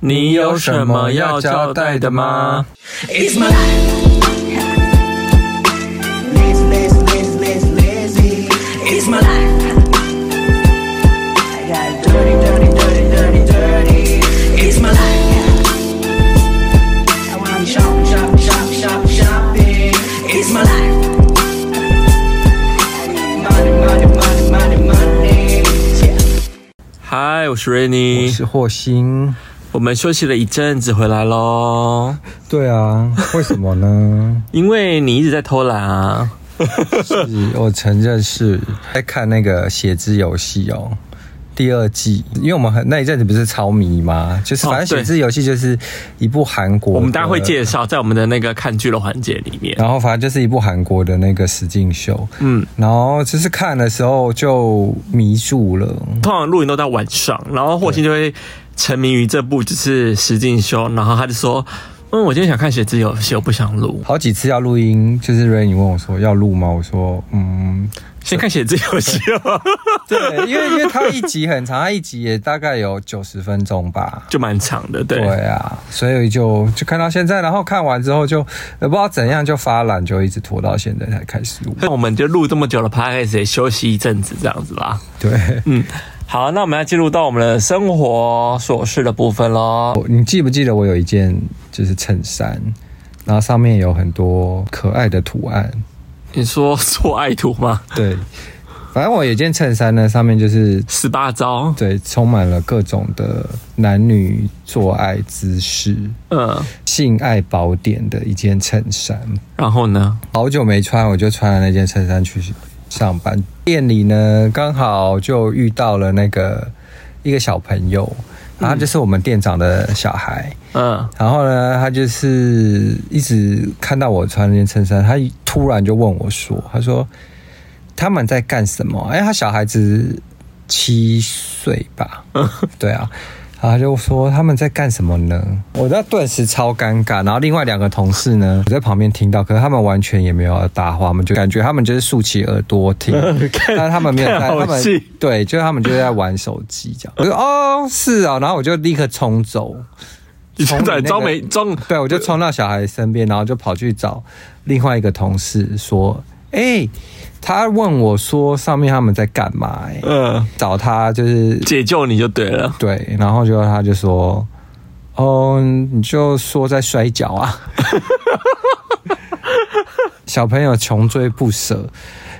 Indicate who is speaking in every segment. Speaker 1: 你有什么要交代的吗？
Speaker 2: It's my life. Lazy, lazy, lazy, lazy, lazy. It's my life. I got dirty, dirty, dirty, dirty, dirty. It's my life. I wanna be shopping, shopping, shopping, shopping, shopping. It's my life. I need money, money, money, money, money. Yeah.
Speaker 1: 嗨，我是
Speaker 3: 我
Speaker 1: Rainy，
Speaker 3: 是霍星。
Speaker 1: 我们休息了一阵子回来喽，
Speaker 3: 对啊，为什么 呢？
Speaker 1: 因为你一直在偷懒啊。
Speaker 3: 是我承认是在看那个《写字游戏》哦，第二季，因为我们很那一阵子不是超迷吗？就是
Speaker 1: 哦
Speaker 3: 反正《
Speaker 1: 对
Speaker 3: 写字游戏》就是一部韩国，
Speaker 1: 我们大家会。介绍在我们的那个看剧的环节里面。
Speaker 3: 然后反正就是一部韩国的那个实境秀，
Speaker 1: 嗯，
Speaker 3: 然后就是看的时候就迷住了，
Speaker 1: 通常录影都到晚上，然后霍星就会沉迷于这部就是实境秀，然后他就说：“嗯，我今天想看写字游戏，我不想录，
Speaker 3: 好几次要录音，就是 Rainy 问我说要录吗？我说嗯，
Speaker 1: 先看写字游戏吧，
Speaker 3: 对，因为因为它一集很长，它一集也大概有九十分钟吧，
Speaker 1: 就蛮长的。”对，
Speaker 3: 对啊，所以就就看到现在，然后看完之后就呃也不知道怎样就发懒，就一直拖到现在才开 始录。
Speaker 1: 那我们就录这么久了 p o d c a s 也休息一阵子，这样子吧。
Speaker 3: 对，
Speaker 1: 嗯，好，那我们要进入到我们的生活琐事的部分喽。
Speaker 3: 我你记不记得我有一件就是衬衫，然后上面有很多可爱的图案。
Speaker 1: 你说做爱图吗？
Speaker 3: 对，反正我有一件衬衫呢，上面就是
Speaker 1: 十八招，
Speaker 3: 对充满了各种的男女做爱姿势、
Speaker 1: 嗯，
Speaker 3: 性爱宝典的一件衬衫。
Speaker 1: 然后呢？
Speaker 3: 好久没穿，我就穿了那件衬衫去上班。店里呢，刚好就遇到了那个一个小朋友，然后他就是我们店长的小孩。
Speaker 1: 嗯，
Speaker 3: 然后呢，他就是一直看到我穿那件衬衫，他突然就问我说：“他说他们在干什么？”哎，他小孩子七岁 吧？对啊。然后他就说他们在干什么呢？我那顿时超尴尬。然后另外两个同事呢，我在旁边听到，可是他们完全也没有要搭话，我们就感觉他们就是竖起耳朵听，但是他们没有在，
Speaker 1: 看好
Speaker 3: 他们
Speaker 1: 戏
Speaker 3: 对，就是他们就在玩手机这样。我就哦是啊，然后我就立刻冲走，
Speaker 1: 你
Speaker 3: 从
Speaker 1: 正
Speaker 3: 你
Speaker 1: 在
Speaker 3: 那个
Speaker 1: 装没装？
Speaker 3: 对，我就冲到小孩身边，然后就跑去找另外一个同事说：“哎、他问我说上面他们在干嘛、欸？”
Speaker 1: 嗯，
Speaker 3: 找他就是
Speaker 1: 解救你就对了。
Speaker 3: 对，然后就他就说：“哦，你就说在摔跤 啊。”小朋友穷追不舍，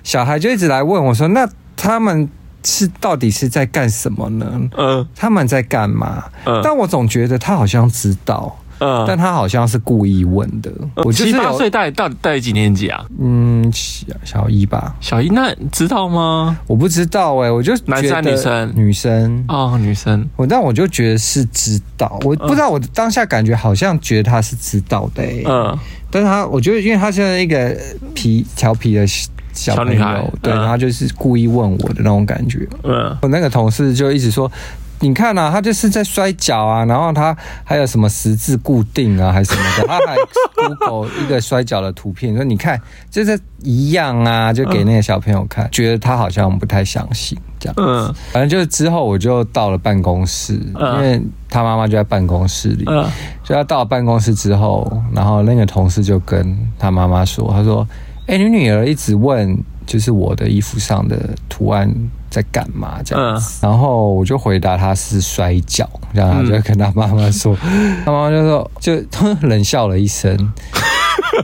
Speaker 3: 小孩就一直来问我说：“那他们是到底是在干什么呢？
Speaker 1: 嗯
Speaker 3: 他们在干嘛？”
Speaker 1: 嗯
Speaker 3: 但我总觉得他好像知道。
Speaker 1: 嗯，
Speaker 3: 但他好像是故意问的。我
Speaker 1: 哦
Speaker 3: 就是
Speaker 1: 七八
Speaker 3: 有
Speaker 1: 岁大到底到底几年级啊？
Speaker 3: 嗯小小一吧，
Speaker 1: 小一那你知道吗？
Speaker 3: 我不知道哎、我就
Speaker 1: 男生
Speaker 3: 觉得
Speaker 1: 女生
Speaker 3: 女生，
Speaker 1: 哦，嗯女生，
Speaker 3: 我但我就觉得是知道，我不知道我当下感觉好像觉得他是知道的、欸，
Speaker 1: 嗯
Speaker 3: 但是他我觉得因为他现在一个皮调皮的小小朋
Speaker 1: 小女孩
Speaker 3: 友，
Speaker 1: 嗯
Speaker 3: 对，然后他就是故意问我的那种感觉。
Speaker 1: 嗯
Speaker 3: 我那个同事就一直说。你看啊，他就是在摔跤啊，然后他还有什么十字固定啊，还是什么的，他 还 Google 一个摔跤的图片，说你看，就是一样啊，就给那个小朋友看，觉得他好像不太相信这样。
Speaker 1: 嗯
Speaker 3: 反正就是之后我就到了办公室，
Speaker 1: 嗯
Speaker 3: 因为他妈妈就在办公室里，
Speaker 1: 嗯，
Speaker 3: 所以他到了办公室之后，然后那个同事就跟他妈妈说：“他说，哎、你女儿一直问，就是我的衣服上的图案在干嘛这样子。然后我就回答他是摔跤，然后他就跟他妈妈说，他妈妈就说，就 冷笑了一声，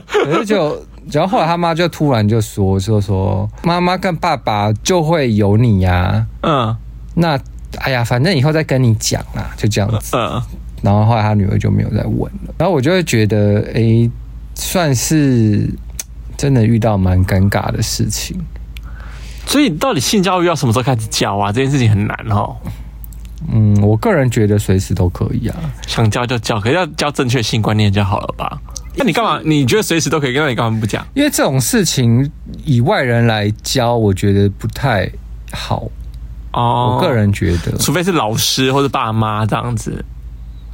Speaker 3: 可是就。然后后来他妈就突然就说，就说妈妈跟爸爸就会有你呀、
Speaker 1: 嗯
Speaker 3: 那哎呀，反正以后再跟你讲啦，就这样子。
Speaker 1: 嗯
Speaker 3: 然后后来他女儿就没有再问了。然后我就会觉得，诶，算是真的遇到蛮尴尬的事情。
Speaker 1: 所以到底性教育要什么时候开始教啊？这件事情很难哦，
Speaker 3: 嗯，我个人觉得随时都可以啊。
Speaker 1: 想教就教，可是要教正确性观念就好了吧？那你干嘛？你觉得随时都可以，那你干嘛不讲？
Speaker 3: 因为这种事情以外人来教，我觉得不太好。
Speaker 1: 哦
Speaker 3: 我个，人觉得，
Speaker 1: 除非是老师或者爸妈这样子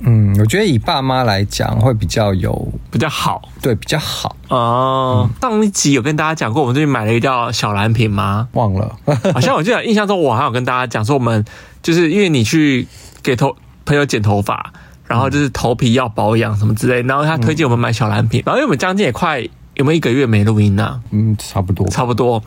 Speaker 3: 嗯，我觉得以爸妈来讲会比较有
Speaker 1: 比较好
Speaker 3: 对比较好。
Speaker 1: 哦。上一集有跟大家讲过，我们最近买了一个叫小蓝瓶吗？
Speaker 3: 忘了，
Speaker 1: 好像我记得印象中，我还有跟大家讲说，我们就是因为你去给头朋友剪头发，然后就是头皮要保养什么之类，然后他推荐我们买小蓝瓶，然后因为我们将近也快有没有一个月没录音啊呢、
Speaker 3: 嗯，差不多。
Speaker 1: 差不多。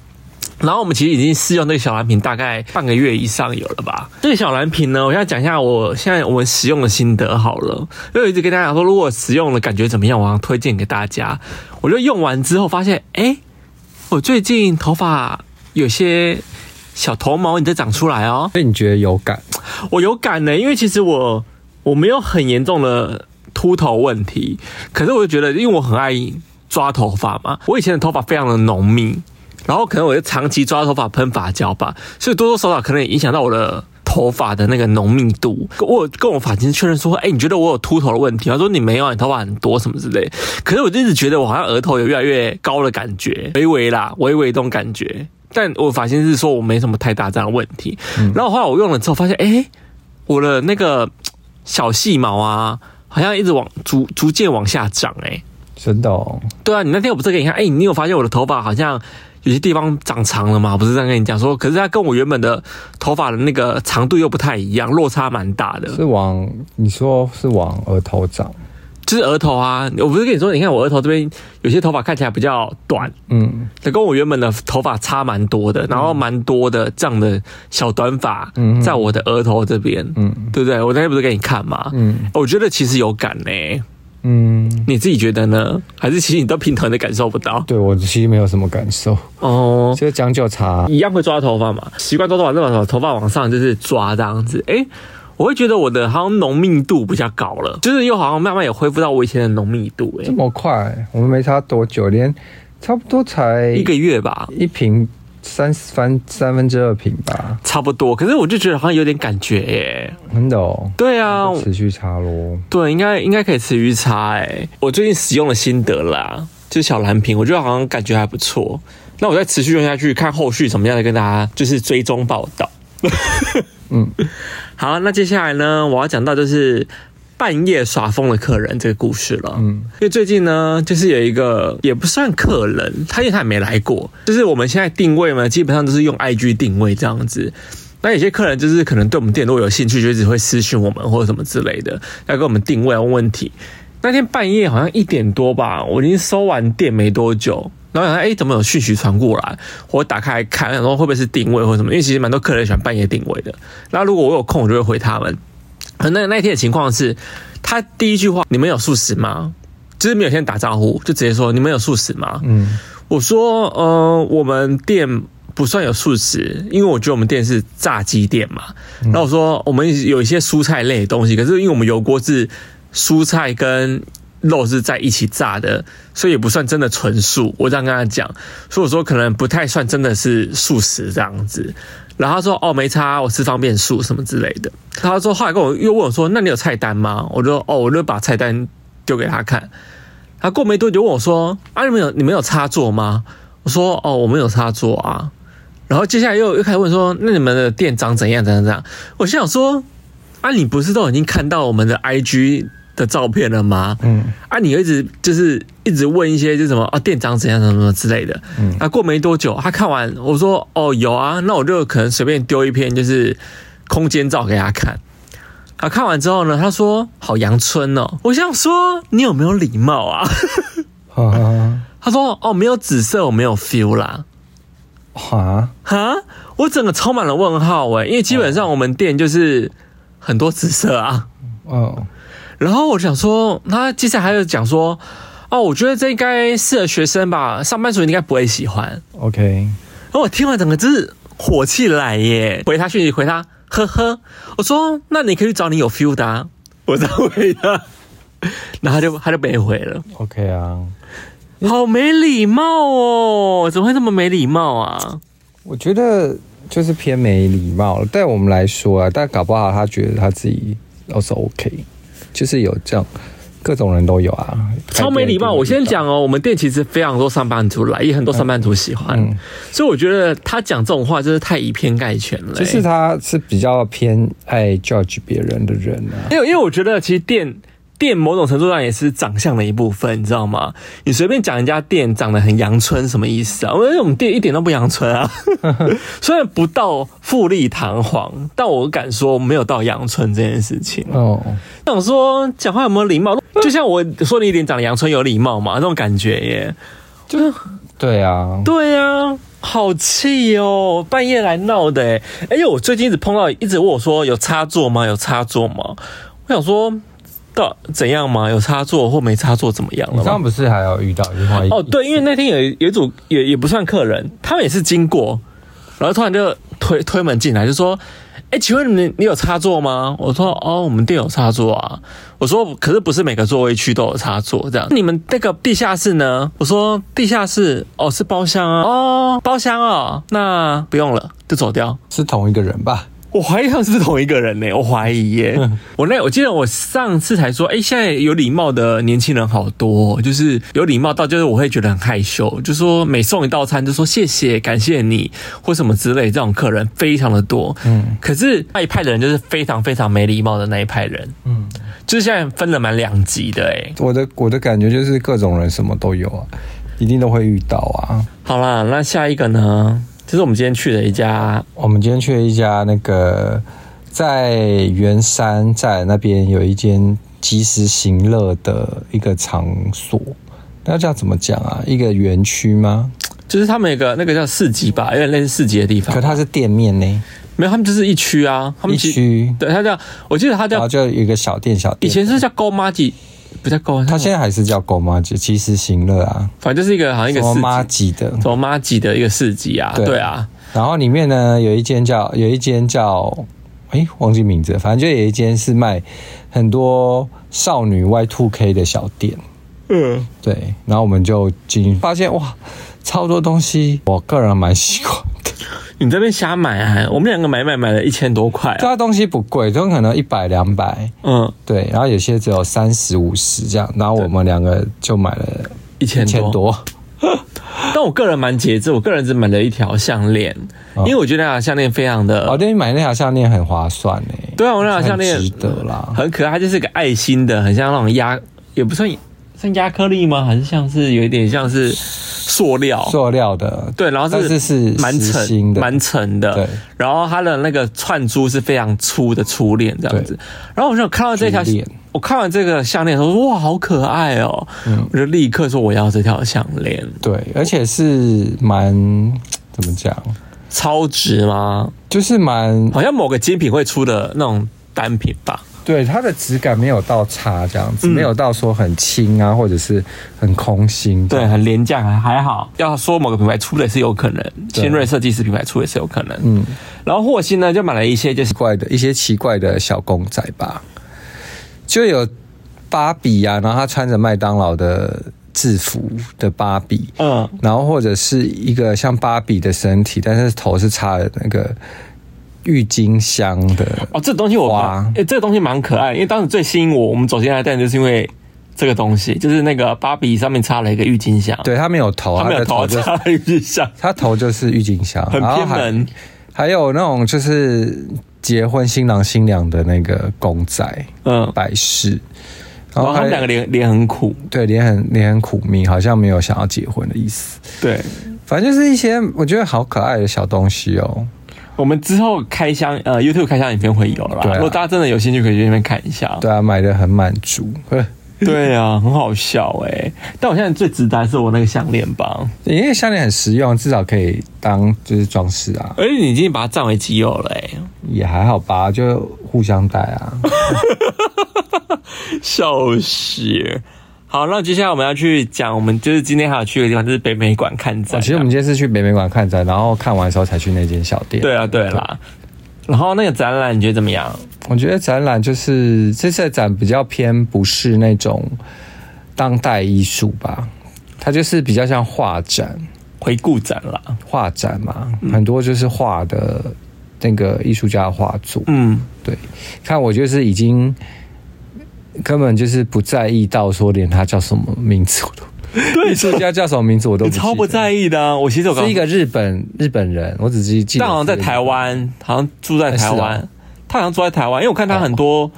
Speaker 1: 然后我们其实已经试用那个小蓝瓶大概半个月以上有了吧。这个小蓝瓶呢，我要讲一下我现在我们使用的心得好了，因为我一直跟大家讲说，如果使用了感觉怎么样，我要推荐给大家。我就用完之后发现，哎，我最近头发有些小头毛你在长出来哦，
Speaker 3: 所以你觉得有感？
Speaker 1: 我有感呢、因为其实我我没有很严重的秃头问题，可是我就觉得，因为我很爱抓头发嘛，我以前的头发非常的浓密，然后可能我就长期抓头发喷发胶吧，所以多多少少可能也影响到我的。头发的那个浓密度，我有跟我发型确认说，哎、你觉得我有秃头的问题吗？他说你没有，啊你头发很多什么之类。可是我就一直觉得我好像额头有越来越高的感觉，微微啦，微微这种感觉。但我发现是说我没什么太大这样的问题。然后后来我用了之后发现，哎、我的那个小细毛啊，好像一直往逐逐渐往下长、哎，
Speaker 3: 真的哦，
Speaker 1: 对啊，你那天我不是给你看，哎、你有发现我的头发好像有些地方长长了吗？我不是这样跟你讲说，可是它跟我原本的头发的那个长度又不太一样，落差蛮大的。
Speaker 3: 是往你说是往额头长，
Speaker 1: 就是额头啊，我不是跟你说，你看我额头这边有些头发看起来比较短，
Speaker 3: 嗯，
Speaker 1: 这跟我原本的头发差蛮多的，然后蛮多的这样的小短发
Speaker 3: 嗯，
Speaker 1: 在我的额头这边，
Speaker 3: 嗯
Speaker 1: 对不对？我那天不是给你看吗？
Speaker 3: 嗯
Speaker 1: 我觉得其实有感呢、欸
Speaker 3: 嗯，
Speaker 1: 你自己觉得呢？还是其实你到平头你都感受不到？
Speaker 3: 对我其实没有什么感受，
Speaker 1: 哦，
Speaker 3: 就是讲究茶，
Speaker 1: 一样会抓头发嘛，习惯抓头发，再把头头发往上就是抓这样子，诶，我会觉得我的好像浓密度比较高了，就是又好像慢慢也恢复到我以前的浓密度、诶，
Speaker 3: 这么快，我们没差多久，连差不多才
Speaker 1: 一个月吧，
Speaker 3: 一瓶三分三分之二瓶吧，
Speaker 1: 差不多。可是我就觉得好像有点感觉耶、
Speaker 3: 真的哦，
Speaker 1: 对啊，
Speaker 3: 持续差咯。
Speaker 1: 对，应该应该可以持续擦诶、我最近使用的心得啦，就是小蓝瓶，我觉得好像感觉还不错。那我再持续用下去，看后续怎么样的跟大家就是追踪报道。
Speaker 3: 嗯，
Speaker 1: 好，那接下来呢，我要讲到就是半夜耍疯的客人这个故事了。
Speaker 3: 嗯
Speaker 1: 因为最近呢，就是有一个也不算客人，他因为他也没来过，就是我们现在定位嘛，基本上都是用 IG 定位这样子。那有些客人就是可能对我们店如果有兴趣，就只会私讯我们或者什么之类的，要跟我们定位问问题。那天半夜好像一点多吧，我已经收完店没多久，然后想哎、诶怎么有讯息传过来？我打开来看，然后会不会是定位或什么？因为其实蛮多客人喜欢半夜定位的。那如果我有空，我就会回他们。可那那一天的情况是，他第一句话：“你们有素食吗？”就是没有先打招呼，就直接说：“你们有素食吗？”
Speaker 3: 嗯，
Speaker 1: 我说，呃，我们店不算有素食，因为我觉得我们店是炸鸡店嘛。然后我说，我们有一些蔬菜类的东西，可是因为我们油锅是蔬菜跟肉是在一起炸的，所以也不算真的纯素。我这样跟他讲，所以我说可能不太算真的是素食这样子。然后他说：“哦，没差，我吃方便素什么之类的。”他说后来跟我又问我说：“那你有菜单吗？”我就哦，我就把菜单丢给他看。他过没多久问我说：“啊，你们有你们有插座吗？”我说：“哦，我们有插座啊。”然后接下来又又开始问说：“那你们的店长怎样怎样怎样？”我心想说：“啊，你不是都已经看到我们的 IG 的照片了吗？
Speaker 3: 嗯，
Speaker 1: 啊，你又一直就是一直问一些就是什么啊，店长怎样怎么怎么之类的。”
Speaker 3: 嗯
Speaker 1: 啊，过没多久他看完，我说：“哦，有啊。”那我就可能随便丢一篇就是空间照给他看。啊，看完之后呢，他说：“好阳春哦。”我想说，你有没有礼貌啊？
Speaker 3: 哈哈
Speaker 1: 他说：“哦，没有紫色，我没有 feel 啦。
Speaker 3: 哈，”
Speaker 1: 哈，我整个充满了问号哎、因为基本上我们店就是很多紫色啊。
Speaker 3: 哦，
Speaker 1: 然后我想说，他接下来还有讲说，哦，我觉得这应该适合学生吧，上班族应该不会喜欢。
Speaker 3: OK，
Speaker 1: 然后我听完整个就是火气来耶，回他讯息回他，呵呵，我说那你可以去找你有 feel 的、啊，我再回他，然后他就他就没回了，
Speaker 3: OK 啊，
Speaker 1: 好没礼貌哦，怎么会这么没礼貌啊？
Speaker 3: 我觉得就是偏没礼貌了。对我们来说啊，但搞不好他觉得他自己要是 OK，就是有这样，各种人都有啊，
Speaker 1: 超没礼貌。我先讲哦，我们店其实非常多上班族来，也很多上班族喜欢，
Speaker 3: 嗯
Speaker 1: 所以我觉得他讲这种话真是太以偏概全了、欸
Speaker 3: 就是他是比较偏爱 judge 别人的人啊。
Speaker 1: 因为因为我觉得其实店店某种程度上也是长相的一部分，你知道吗？你随便讲人家店长得很阳春，什么意思啊？因为我们店一点都不阳春 啊，虽然不到富丽堂皇，但我敢说没有到阳春这件事情。
Speaker 3: 哦，
Speaker 1: 想说讲话有没有礼貌？就像我说你脸长得阳春有礼貌嘛，那种感觉耶。
Speaker 3: 就是对啊，
Speaker 1: 对啊，好气哦，半夜来闹的耶。而且我最近一直碰到，一直问我说有插座吗？有插座吗？我想说到怎样嘛？有插座或没插座怎么样
Speaker 3: 你
Speaker 1: 了
Speaker 3: 刚刚
Speaker 1: 吗？
Speaker 3: 不是还有遇到另外一
Speaker 1: 哦，对，因为那天有有一组也也不算客人，他们也是经过，然后突然就推推门进来，就说：“哎，请问你们你有插座吗？”我说：“哦，我们店有插座啊。”我说：“可是不是每个座位区都有插座，这样你们那个地下室呢？”我说：“地下室哦，是包厢啊，哦，包厢哦，那不用了，就走掉。”
Speaker 3: 是同一个人吧？
Speaker 1: 我怀疑他们是不是同一个人呢、 我怀疑耶、我那我记得我上次才说，哎、现在有礼貌的年轻人好多哦、就是有礼貌到就是我会觉得很害羞，就说每送一道餐就说谢谢、感谢你或什么之类，这种客人非常的多。嗯，可是那一派的人就是非常非常没礼貌的那一派人。嗯，就是现在分了蛮两极的哎、
Speaker 3: 我的我的感觉就是各种人什么都有啊，一定都会遇到啊。
Speaker 1: 好啦，那下一个呢？这是我们今天去的一家
Speaker 3: 我们今天去了一家那个在圆山在那边有一间及时行乐的一个场所，那叫怎么讲啊？一个园区吗？
Speaker 1: 就是他们有个那个叫市集吧，有点类似市集的地方
Speaker 3: 可。它是店面呢，
Speaker 1: 没有，他们就是一区啊，他们
Speaker 3: 一
Speaker 1: 其
Speaker 3: 区，
Speaker 1: 对，它叫，我记得它
Speaker 3: 然
Speaker 1: 叫，
Speaker 3: 后就有一个小店小
Speaker 1: 以
Speaker 3: 店。
Speaker 1: 前是叫高妈鸡，不叫高，
Speaker 3: 它
Speaker 1: 它
Speaker 3: 现在还是叫狗妈吉，及时行乐啊，
Speaker 1: 反正就是一个好像一
Speaker 3: 什
Speaker 1: 个
Speaker 3: 么
Speaker 1: 市
Speaker 3: 妈
Speaker 1: 集，
Speaker 3: 吉的。
Speaker 1: 什么妈鸡的一个市集啊，
Speaker 3: 对
Speaker 1: 对啊，
Speaker 3: 然后里面呢有一间叫有一间叫哎忘记名字了，反正就有一间是卖很多少女 Y Two K 的小店。
Speaker 1: 嗯，
Speaker 3: 对，然后我们就进，发现哇，超多东西，我个人蛮喜欢的。
Speaker 1: 你这边瞎买啊，我们两个买买买了一千多块
Speaker 3: 这
Speaker 1: 啊，
Speaker 3: 家东西不贵，都可能一百两百，
Speaker 1: 嗯，
Speaker 3: 对，然后有些只有三十五十这样，然后我们两个就买了
Speaker 1: 一千
Speaker 3: 一千
Speaker 1: 多，
Speaker 3: 多，
Speaker 1: 但我个人蛮节制，我个人只买了一条项链，因为我觉得那条项链非常
Speaker 3: 哦，
Speaker 1: 的，
Speaker 3: 对，买那条项链很划算呢、
Speaker 1: 嗯对啊，我那条项链
Speaker 3: 很值得啦。
Speaker 1: 很可爱，它就是个爱心的，很像那种压，也不算像亚克力吗？还是像是有一点像是塑料，
Speaker 3: 塑料的，
Speaker 1: 对，然后
Speaker 3: 但是是
Speaker 1: 蛮
Speaker 3: 实心
Speaker 1: 沉
Speaker 3: 的
Speaker 1: 蛮沉
Speaker 3: 对
Speaker 1: 的，然后它的那个串珠是非常粗的粗链这样子
Speaker 3: 对。
Speaker 1: 然后我就看到这条
Speaker 3: 粗链，
Speaker 1: 我看完这个项链的时候，哇，好可爱哦！
Speaker 3: 嗯
Speaker 1: 我就立刻说我要这条项链，
Speaker 3: 对，而且是蛮怎么讲，
Speaker 1: 超值吗？
Speaker 3: 就是蛮
Speaker 1: 好像某个精品会出的那种单品吧。
Speaker 3: 对它的质感没有到差这样子，没有到说很轻啊，或者是很空心这
Speaker 1: 对，
Speaker 3: 样。
Speaker 1: 很廉价，还还好。要说某个品牌出的也是有可能，新锐设计师品牌出的也是有可能。嗯，然后霍心呢就买了一些，就是
Speaker 3: 奇怪的一些奇怪的小公仔吧，就有芭比啊，然后他穿着麦当劳的制服的芭比，
Speaker 1: 嗯，
Speaker 3: 然后或者是一个像芭比的身体，但是头是插了那个郁金香的，
Speaker 1: 哦，这东西我
Speaker 3: 花
Speaker 1: 哎、这个东西蛮可爱，因为当时最吸引我，我们走进来的店就是因为这个东西，就是那个芭比上面插了一个郁金香，，
Speaker 3: 对，他没有头，
Speaker 1: 他没有
Speaker 3: 的
Speaker 1: 头
Speaker 3: 头就是
Speaker 1: 插了郁金香，
Speaker 3: 他头就是郁金香，
Speaker 1: 很
Speaker 3: 然后
Speaker 1: 偏
Speaker 3: 还
Speaker 1: 门。
Speaker 3: 还有那种就是结婚新郎新娘的那个公仔
Speaker 1: 嗯，
Speaker 3: 摆饰，然
Speaker 1: 然后
Speaker 3: 后
Speaker 1: 他
Speaker 3: 还
Speaker 1: 们两个脸脸很苦，
Speaker 3: 对脸很脸很苦命，好像没有想要结婚的意思。
Speaker 1: 对。
Speaker 3: 反正就是一些我觉得好可爱的小东西哦。
Speaker 1: 我们之后开箱，呃，YouTube 开箱影片会有啦。
Speaker 3: 对啊
Speaker 1: 如果大家真的有兴趣，可以去那边看一下。
Speaker 3: 对啊，买的很满足，呵
Speaker 1: 对啊，很好笑哎、但我现在最值得还是我那个项链吧。
Speaker 3: 因为项链很实用，至少可以当就是装饰啊，
Speaker 1: 而且你已经把它占为己有了哎、
Speaker 3: 也还好吧，就互相戴啊。
Speaker 1: 笑死！好，那接下来我们要去讲，我们就是今天还有去一个地方，就是北美馆看展、
Speaker 3: 其实我们今天是去北美馆看展，然后看完的时候才去那间小店。
Speaker 1: 对啊，对啦。然后那个展览你觉得怎么样？
Speaker 3: 我觉得展览就是这次的展比较偏不是那种当代艺术吧，它就是比较像画展，
Speaker 1: 回顾展啦，
Speaker 3: 画展嘛，
Speaker 1: 嗯
Speaker 3: 很多就是画的那个艺术家的画作。
Speaker 1: 嗯，
Speaker 3: 对，看我就是已经根本就是不在意到说连他叫什么名字 我都，艺术家叫什么名字我都
Speaker 1: 你
Speaker 3: 不记得
Speaker 1: 超不在意的啊、我其实我刚
Speaker 3: 是一个日本日本人，我只记记得
Speaker 1: 但好像在
Speaker 3: 是
Speaker 1: 台湾，好像住在台
Speaker 3: 哎
Speaker 1: 湾，
Speaker 3: 是啊
Speaker 1: 哦他好像住在台湾，因为我看他很多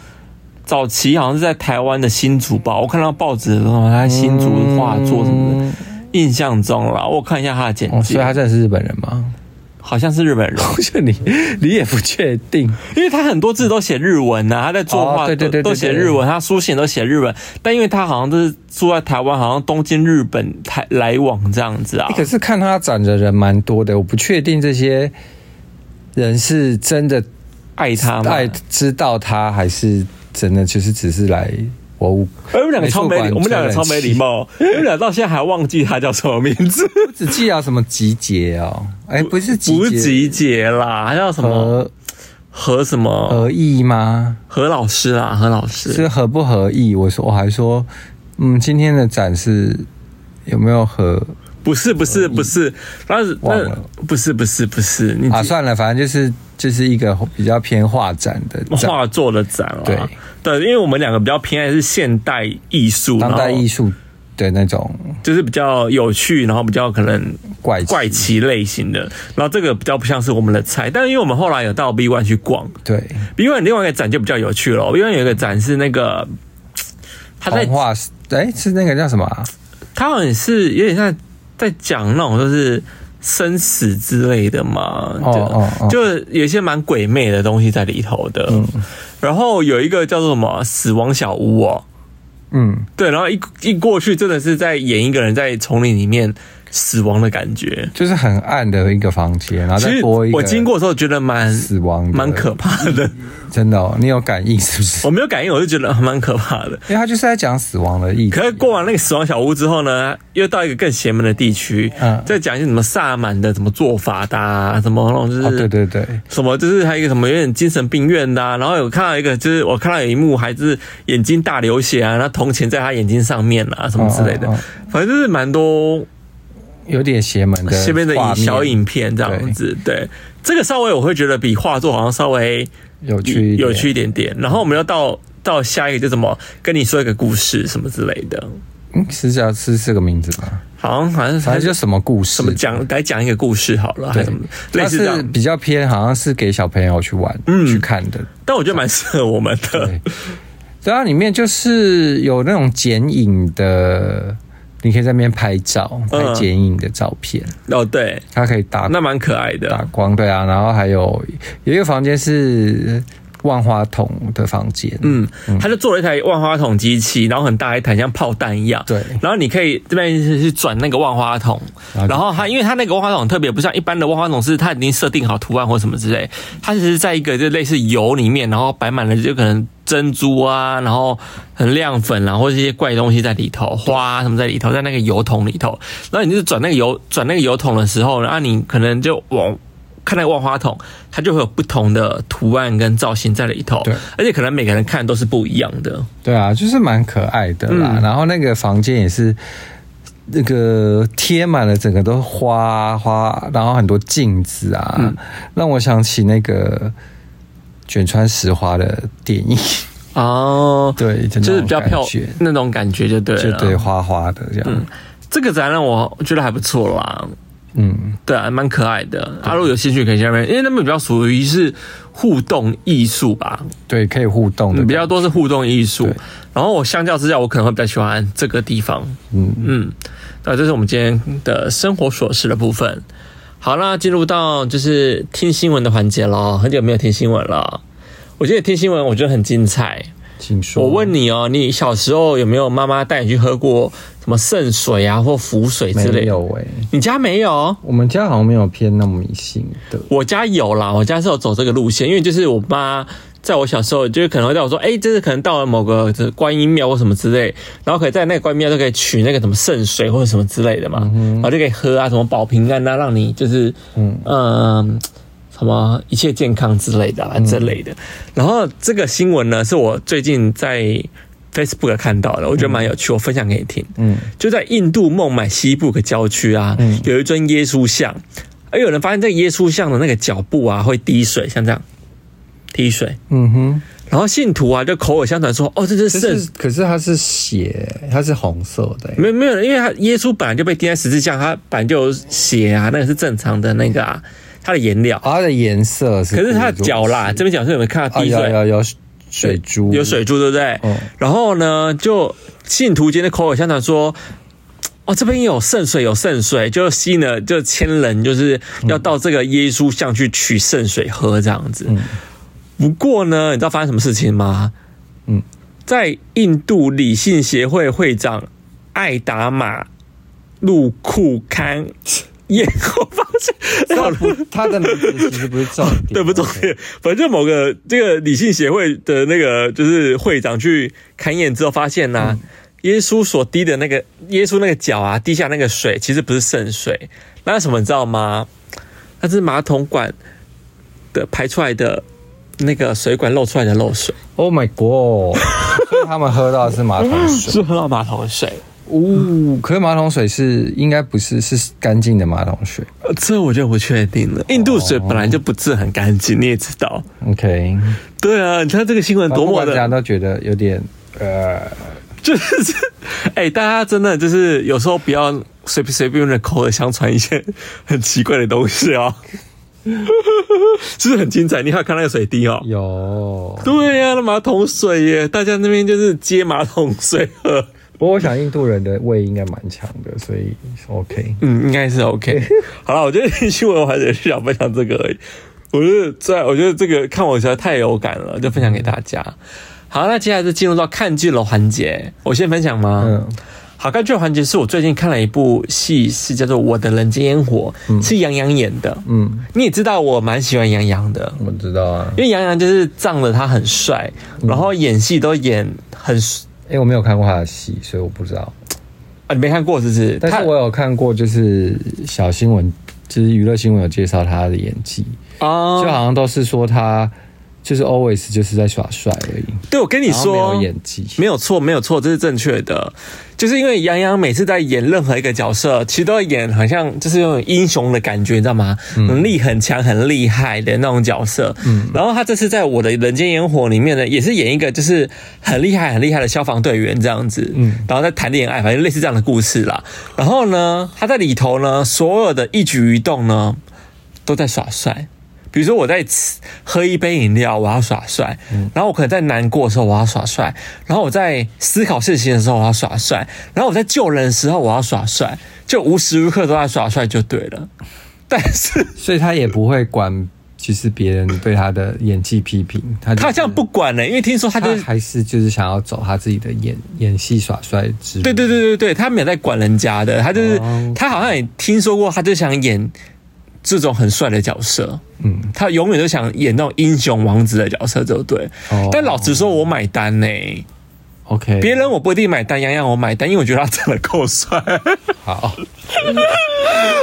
Speaker 1: 早期好像是在台湾的新竹吧，我看到报纸什么他新竹画作什么的，印象中啦，我看一下他的简
Speaker 3: 哦，
Speaker 1: 介，
Speaker 3: 所以他真的是日本人吗？
Speaker 1: 好像是日本人，
Speaker 3: 不是你，你也不确定。
Speaker 1: 因为他很多字都写日文啊呐、他在作画、
Speaker 3: 哦对对对对
Speaker 1: 都都写日文，他书写都写日文，但因为他好像都是住在台湾，好像东京、日本台来往这样子啊。
Speaker 3: 可是看他展的人蛮多的，我不确定这些人是真的
Speaker 1: 爱他吗？
Speaker 3: 爱知道他，还是真的就是只是来博物。
Speaker 1: 哎我们两个
Speaker 3: 美术
Speaker 1: 超没礼，
Speaker 3: 馆
Speaker 1: 我们两个
Speaker 3: 吹冷
Speaker 1: 超没礼
Speaker 3: 气
Speaker 1: 貌，我们俩到现在还忘记他叫什么名字，
Speaker 3: 我只记得什么集结哦，哎，不是 集结，嗯
Speaker 1: 不集结啦，他叫什么
Speaker 3: 合
Speaker 1: 何什么
Speaker 3: 合意吗？
Speaker 1: 何老师啦，何老师
Speaker 3: 嗯是合不合意？我说我还说，嗯，今天的展是有没有合
Speaker 1: 不是不是不是，但是
Speaker 3: 嗯忘
Speaker 1: 那
Speaker 3: 了
Speaker 1: 不是不是不是，你
Speaker 3: 啊？
Speaker 1: 记
Speaker 3: 算了，反正就是就是一个比较偏画展的展，
Speaker 1: 画作的展啦，
Speaker 3: 对
Speaker 1: 对，因为我们两个比较偏爱是现代艺术，
Speaker 3: 当代艺
Speaker 1: 术
Speaker 3: 术的那种
Speaker 1: 就是比较有趣，然后比较可能
Speaker 3: 怪奇
Speaker 1: 怪奇类型的，然后这个比较不像是我们的菜，但因为我们后来有到 B One 去逛
Speaker 3: 对
Speaker 1: ，B One 另外一个展就比较有趣了，B One 有一个展是那个。他在
Speaker 3: 童话，哎，是那个叫什么啊、
Speaker 1: 他好像是有点像在讲那种就是生死之类的嘛，就、
Speaker 3: 哦哦嗯
Speaker 1: 就有一些蛮鬼魅的东西在里头的。然后有一个叫做什么“死亡小屋”哦，
Speaker 3: 嗯，
Speaker 1: 对，然后一一过去真的是在演一个人在丛林里面死亡的感觉。
Speaker 3: 就是很暗的一个房间，然后
Speaker 1: 其
Speaker 3: 再
Speaker 1: 实
Speaker 3: 播一个
Speaker 1: 我经过的时候觉得蛮
Speaker 3: 死亡的
Speaker 1: 蛮可怕 的，
Speaker 3: 真的、哦，你有感应是不是？
Speaker 1: 我没有感应，我就觉得蛮可怕的。
Speaker 3: 因为他就是在讲死亡的意义。
Speaker 1: 可是过完那个死亡小屋之后呢，又到一个更邪门的地区，
Speaker 3: 嗯
Speaker 1: 再讲一些什么萨满的什么做法的、啊，什么那种就是、
Speaker 3: 哦，对对对，
Speaker 1: 什么就是还有一个什么有点精神病院的、啊，然后有看到一个就是我看到有一幕还是眼睛大流血啊，那铜钱在他眼睛上面啊什么之类的，
Speaker 3: 嗯嗯
Speaker 1: 反正就是蛮多
Speaker 3: 有点邪门的
Speaker 1: 这边的
Speaker 3: 画面
Speaker 1: 小影片这样子。对，这个稍微我会觉得比画作好像稍微
Speaker 3: 有趣一点
Speaker 1: 有趣一点点。然后我们要到到下一个就什么跟你说一个故事什么之类的，
Speaker 3: 嗯，是叫是这个名字吗？
Speaker 1: 好像好像
Speaker 3: 反正就什么故事，
Speaker 1: 什么讲来讲一个故事好了，还
Speaker 3: 对
Speaker 1: 是什么，类
Speaker 3: 它
Speaker 1: 似这
Speaker 3: 是
Speaker 1: 样。嗯
Speaker 3: 比较偏，好像是给小朋友去玩、去看的。
Speaker 1: 但我觉得蛮适合我们的
Speaker 3: 对，然后里面就是有那种剪影的，你可以在那边拍照，拍
Speaker 1: 嗯
Speaker 3: 剪影的照片，
Speaker 1: 哦，对，
Speaker 3: 它可以打
Speaker 1: 那蛮可爱
Speaker 3: 打
Speaker 1: 的。
Speaker 3: 光，对啊。然后还有有一个房间是万花筒的房间，
Speaker 1: 嗯，他就做了一台万花筒机器，然后很大一台，像炮弹一样。
Speaker 3: 对
Speaker 1: 然后你可以这边是去转那个万花筒，
Speaker 3: 然后就
Speaker 1: 然后它因为它那个万花筒特别不像一般的万花筒，是它已经设定好图案或什么之类，它只是在一个就类似油里面，然后摆满了就可能珍珠啊，然后很亮粉啊，或者一些怪东西在里头，花、啊、什么在里头，在那个油桶里头。然后你就是转那个油转那个油桶的时候，然后你可能就往。看那个万花筒，它就会有不同的图案跟造型在里头，
Speaker 3: 对
Speaker 1: 而且可能每个人看都是不一样的。
Speaker 3: 对啊，就是蛮可爱的啦。
Speaker 1: 嗯
Speaker 3: 然后那个房间也是那个贴满了整个都是花花，然后很多镜子啊，
Speaker 1: 嗯
Speaker 3: 让我想起那个卷川石花的电影，
Speaker 1: 哦，
Speaker 3: 对，就
Speaker 1: 就是
Speaker 3: 那
Speaker 1: 比
Speaker 3: 种
Speaker 1: 较漂嗯
Speaker 3: 感觉
Speaker 1: 那种感觉就对
Speaker 3: 就
Speaker 1: 了。
Speaker 3: 对，啊花花的这样。
Speaker 1: 这个展览我觉得还不错啦，
Speaker 3: 嗯，
Speaker 1: 对啊，蛮可爱的。阿如果有兴趣可以去那边，因为那边比较属于是互动艺术吧，
Speaker 3: 对，可以互动的
Speaker 1: 嗯比较多是互动艺术
Speaker 3: 对。
Speaker 1: 然后我相较之下，我可能会比较喜欢这个地方。
Speaker 3: 嗯
Speaker 1: 嗯，那这是我们今天的生活琐事的部分。好啦，进入到就是听新闻的环节了，很久没有听新闻了。我觉得听新闻我觉得很精彩，
Speaker 3: 请说。
Speaker 1: 我问你哦，你小时候有没有妈妈带你去喝过什么圣水啊或符水之类
Speaker 3: 没
Speaker 1: 的？
Speaker 3: 有哎、
Speaker 1: 你家没有？
Speaker 3: 我们家好像没有偏那么迷信的。
Speaker 1: 我家有啦，我家是有走这个路线，因为就是我妈在我小时候，就是可能会带我说，哎、这是可能到了某个这观音庙或什么之类，然后可以在那个观音庙就可以取那个什么圣水或者什么之类的嘛，然后就可以喝啊，什么保平安啊，让你就是嗯。什么呃一切健康之类的啊之类的，然后这个新闻呢，是我最近在 Facebook 看到的，我觉得蛮有趣，我分享给你听。
Speaker 3: 嗯，
Speaker 1: 就在印度孟买西部个郊区啊，有一尊耶稣像，而哎有人发现这个耶稣像的那个脚步啊会滴水，像这样滴水，
Speaker 3: 嗯哼，
Speaker 1: 然后信徒啊就口耳相传说，哦，这是
Speaker 3: 可
Speaker 1: 圣
Speaker 3: 是可是它是血，它是红色的、欸。
Speaker 1: 没有没有，因为他耶稣本来就被钉在十字架，他本来就有血啊，那个是正常的那个啊，他的颜料。
Speaker 3: 它的颜色是，
Speaker 1: 可是他的脚啦，这边脚是有没有看到
Speaker 3: 啊
Speaker 1: 滴水？
Speaker 3: 有有有水珠，
Speaker 1: 有水珠，对不对？
Speaker 3: 嗯
Speaker 1: 然后呢，就信徒间的口口相传说。哦，这边有圣水，有圣水，就吸引了就千人，就是要到这个耶稣像去取圣水喝这样子。不过呢，你知道发生什么事情吗？
Speaker 3: 嗯，
Speaker 1: 在印度理性协会会长艾达马路库堪 眼后发现，哎好
Speaker 3: 他不，他的名字其实不是重点，
Speaker 1: 对不重点，反正某个这个理性协会的那个就是会长去勘验之后发现呢、耶稣所滴的那个耶稣那个脚啊，滴下那个水其实不是圣水，那是什么你知道吗？那是马桶管的排出来的那个水管漏出来的漏水，
Speaker 3: Oh my god！所以他们喝到的是马桶水，
Speaker 1: 喝到马桶水。
Speaker 3: 呜、可是马桶水是应该不是是干净的马桶水。
Speaker 1: 呃这我就不确定了。印度水本来就不是很干净，你也知道。
Speaker 3: OK，
Speaker 1: 对啊，你看这个新闻多么
Speaker 3: 大家
Speaker 1: 的，
Speaker 3: 都觉得有点呃，
Speaker 1: 就是， 哎、大家真的就是有时候不要随随便便的口耳相传一些很奇怪的东西哦， 是不是很精彩？你还有看那个水滴哦？
Speaker 3: 有。
Speaker 1: 对呀、那马桶水耶，大家那边就是接马桶水喝。
Speaker 3: 不过我想印度人的胃应该蛮强的，所以是 OK。
Speaker 1: 嗯，应该是 OK。好 了，我觉得新闻我还是想分享这个而已。我是在我觉得这个看我实在太有感了，就分享给大家。好，那接下来就进入到看剧楼环节，我先分享吗？
Speaker 3: 嗯，
Speaker 1: 好看剧的环节是我最近看了一部戏，是叫做《我的人间烟火》，是杨洋演的。
Speaker 3: 嗯，
Speaker 1: 你也知道我蛮喜欢杨洋的，
Speaker 3: 我知道啊。
Speaker 1: 因为杨洋就是仗着他很帅，
Speaker 3: 嗯
Speaker 1: 然后演戏都演很
Speaker 3: 因哎为我没有看过他的戏，所以我不知道。
Speaker 1: 啊，你没看过是不是？
Speaker 3: 但
Speaker 1: 他
Speaker 3: 是我有看过，就是小新闻，就是娱乐新闻有介绍他的演技，
Speaker 1: 啊，
Speaker 3: 就好像都是说他就是 always 就是在耍帅而已，
Speaker 1: 对我跟你
Speaker 3: 然后
Speaker 1: 说
Speaker 3: 没有演技。
Speaker 1: 没有错，没有错，这是正确的。就是因为杨洋每次在演任何一个角色，其实都会演好像就是那种英雄的感觉，你知道吗？能力很强、很厉害的那种角色。然后他这次在我的《人间烟火》里面呢，也是演一个就是很厉害、很厉害的消防队员这样子。然后在谈恋爱，反正类似这样的故事啦。然后呢，他在里头呢，所有的一举一动呢，都在耍帅。比如说我在吃喝一杯饮料，我要耍帅；
Speaker 3: 嗯
Speaker 1: 然后我可能在难过的时候，我要耍帅；然后我在思考事情的时候，我要耍帅；然后我在救人的时候，我要耍帅，就无时无刻都在耍帅就对了。但是
Speaker 3: 所以他也不会管，就是别人对他的演技批评，他、就是、
Speaker 1: 他好像不管呢、因为听说他就
Speaker 3: 他
Speaker 1: 是
Speaker 3: 还是就是想要走他自己的演演戏耍帅之路。
Speaker 1: 对对对对对，他没有在管人家的，他就是、
Speaker 3: 哦
Speaker 1: 他好像也听说过，他就想演这种很帅的角色，嗯
Speaker 3: 嗯，
Speaker 1: 他永远都想演那种英雄王子的角色，就对。
Speaker 3: 哦
Speaker 1: 但老实说，我买单呢、
Speaker 3: ，OK，
Speaker 1: 别人我不一定买单，洋洋我买单，因为我觉得他长得够 帅，
Speaker 3: 好，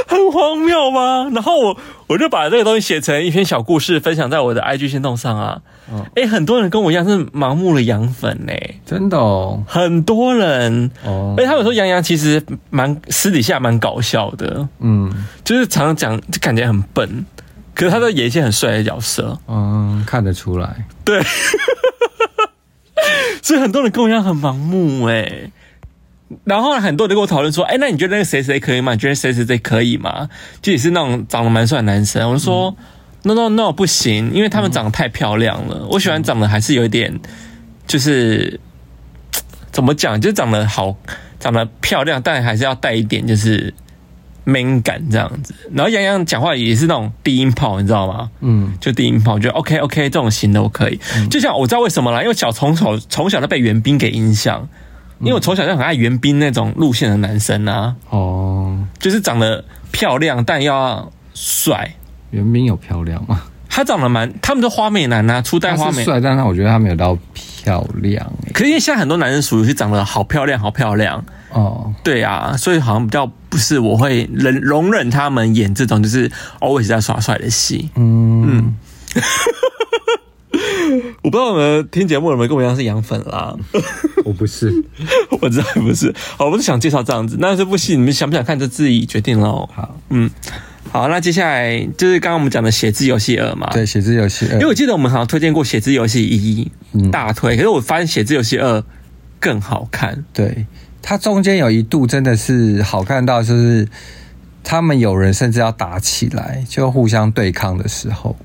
Speaker 1: 很荒谬吗？然后我我就把这个东西写成一篇小故事，分享在我的 IG 行动上啊。哎、
Speaker 3: 嗯
Speaker 1: 很多人跟我一样是盲目的洋粉呢、
Speaker 3: 真的哦，
Speaker 1: 很多人。
Speaker 3: 哦
Speaker 1: 而且他们说杨洋其实蛮私底下蛮搞笑的，
Speaker 3: 嗯
Speaker 1: 就是常常讲就感觉很笨，可是他在演一些很帅的角色，
Speaker 3: 嗯，看得出来，
Speaker 1: 所以很多人跟我一样很盲目哎、然后很多人就跟我讨论说，哎、那你觉得那个谁谁可以吗？你觉得谁谁谁可以吗？就也是那种长得蛮帅的男生，我就说、no no no 不行，因为他们长得太漂亮了，我喜欢长得还是有一点，就是嘖怎么讲，就是长得好，长得漂亮，但还是要带一点就是。man 感这样子，然后杨洋讲话也是那种低音炮，你知道吗？
Speaker 3: 嗯
Speaker 1: 就低音炮，我觉得 OK OK 这种型的我可以。就像我知道为什么啦，因为小从小从小都被袁冰给影响，因为我从小就很爱袁冰那种路线的男生啊，
Speaker 3: 哦，
Speaker 1: 就是长得漂亮但要帅。
Speaker 3: 袁冰有漂亮吗？
Speaker 1: 他长得蛮，他们都花美男啊，初代花
Speaker 3: 他是
Speaker 1: 美。
Speaker 3: 帅，但是我觉得他没有到漂亮、欸、
Speaker 1: 可是因为现在很多男生属于是长得好漂亮，好漂亮，
Speaker 3: 哦，
Speaker 1: 对啊，所以好像比较不是我会忍容忍他们演这种就是 always 在耍帅的戏。
Speaker 3: 嗯嗯，
Speaker 1: 我不知道我们听节目有没有跟我一样是洋粉啦。
Speaker 3: 我不是，
Speaker 1: 我知道你不是，好，我是想介绍这样子。那这部戏你们想不想看，就自己决定喽。
Speaker 3: 好，
Speaker 1: 嗯，好，那接下来就是刚刚我们讲的《写字游戏二》嘛。
Speaker 3: 对，，写字游戏，呃
Speaker 1: 因为我记得我们好像推荐过《写字游戏一》，
Speaker 3: 嗯
Speaker 1: 大推，可是我发现《写字游戏二》更好看。
Speaker 3: 对，呃它中间有一度真的是好看到，就是他们有人甚至要打起来，就互相对抗的时候，